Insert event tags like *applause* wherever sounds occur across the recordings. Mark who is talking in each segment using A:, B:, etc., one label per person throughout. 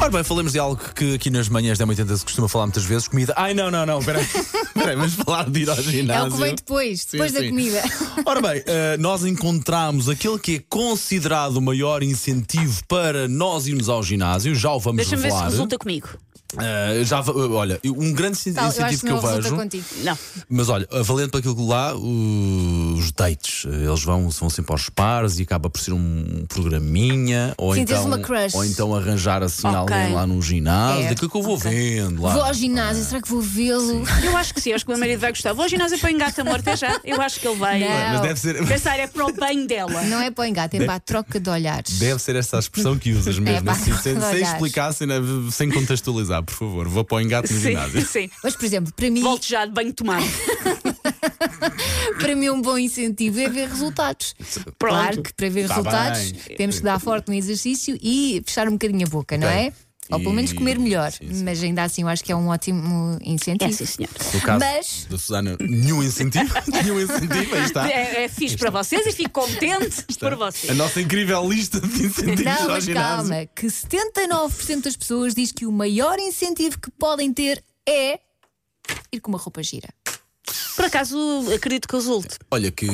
A: Ora bem, falamos de algo que aqui nas manhãs da 80 se costuma falar muitas vezes: comida. Ai, não, não, não, peraí. *laughs* Peraí, vamos falar de ir ao
B: É
A: ginásio.
B: o que vem depois, depois da
A: sim. *laughs*
B: comida.
A: Ora bem, eh, nós encontramos aquele que é considerado o maior incentivo para nós irmos ao ginásio, já o vamos
C: Deixa-me ver se
A: revelar.
C: resulta comigo.
A: Eh, já, va- olha, um grande incen-
B: Tal, eu acho
A: incentivo
B: que
A: que eu
B: não resulta
A: vejo.
B: contigo.
C: Não.
A: Mas olha, valendo para aquilo lá, o- os dates, eh, eles vão, vão sempre aos pares e acaba por ser um programinha, ou
B: Sim,
A: então
B: tens uma crush.
A: ou então arranjar assim
C: Ok.
A: alguém lá num ginásio,
B: É.
A: daquilo que eu vou vendo lá.
B: Vou ao ginásio, será que vou vê-lo?
C: Eu acho que sim, acho que o meu marido vai gostar. Vou ao ginásio um para engato amor, até é já. Eu acho que ele vai
B: Não.
A: Mas deve ser,
C: pensar é para o bem dela.
B: Não é para o engate, é para a troca de olhares.
A: *laughs* deve ser essa a expressão que usas mesmo,
B: É pá,
A: assim, sem,
B: *laughs*
A: sem
B: olhares.
A: explicar, sem, sem contextualizar, por favor. Vou para o engate no
C: Sim,
A: ginásio.
C: sim.
B: Mas, por exemplo, para mim,
C: Volte já de banho tomado.
B: para mim um bom incentivo é ver resultados.
C: Pronto.
B: Claro que para ver
A: Tá
B: resultados
A: bem.
B: temos que dar forte no exercício e fechar um bocadinho a boca, não é?
A: Bem,
B: Ou pelo menos
A: e-
B: comer melhor.
A: sim, sim.
B: Mas ainda assim eu acho que é um ótimo
C: É
A: *laughs*
B: incentivo.
C: sim, senhor.
A: No caso
B: Mas-
A: da Susana, nenhum incentivo, *laughs* nenhum incentivo, aí está.
C: É, é fixe para vocês e fico contente por vocês.
A: A nossa incrível lista de incentivos
B: Não,
A: ao
B: mas
A: ginásio.
B: calma, que 79% das pessoas diz que o maior incentivo que podem ter é ir com uma roupa gira.
C: Por acaso, acredito que resulte.
A: Olha, que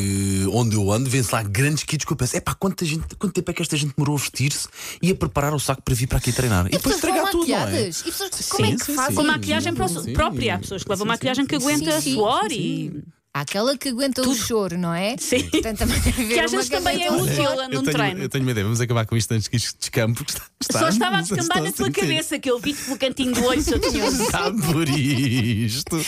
A: onde eu ando, vê-se lá grandes kits que eu penso: é pá, quanta gente, quanto tempo é que esta gente demorou a vestir-se e a preparar o saco para vir para aqui treinar? E, depois
B: pessoas vão
A: estragar tudo, não é?
B: maquiadas. E pessoas, como
C: Sim,
B: é que
A: sim,
B: fazem?
C: Com
A: sim.
C: maquilhagem pró-
A: sim.
C: própria. Há pessoas que levam
A: Sim,
C: maquiagem que
B: sim,
C: aguenta
B: sim,
C: suor
B: sim,
C: e.
B: Há aquela que aguenta o choro, não é?
C: Sim.
B: Portanto, também deve haver
C: Que às
B: uma
C: vezes também é
B: gaveta ao
C: útil
B: choro.
C: num
A: tenho,
C: treino.
A: eu tenho uma ideia, vamos acabar com isto antes que isto descampe. que está- está-
C: Só estava a descambar
A: *laughs* estou
C: na tua
A: sentir.
C: *laughs* cabeça que eu vi-te pelo cantinho do olho, seu senhor.
A: Está por isto.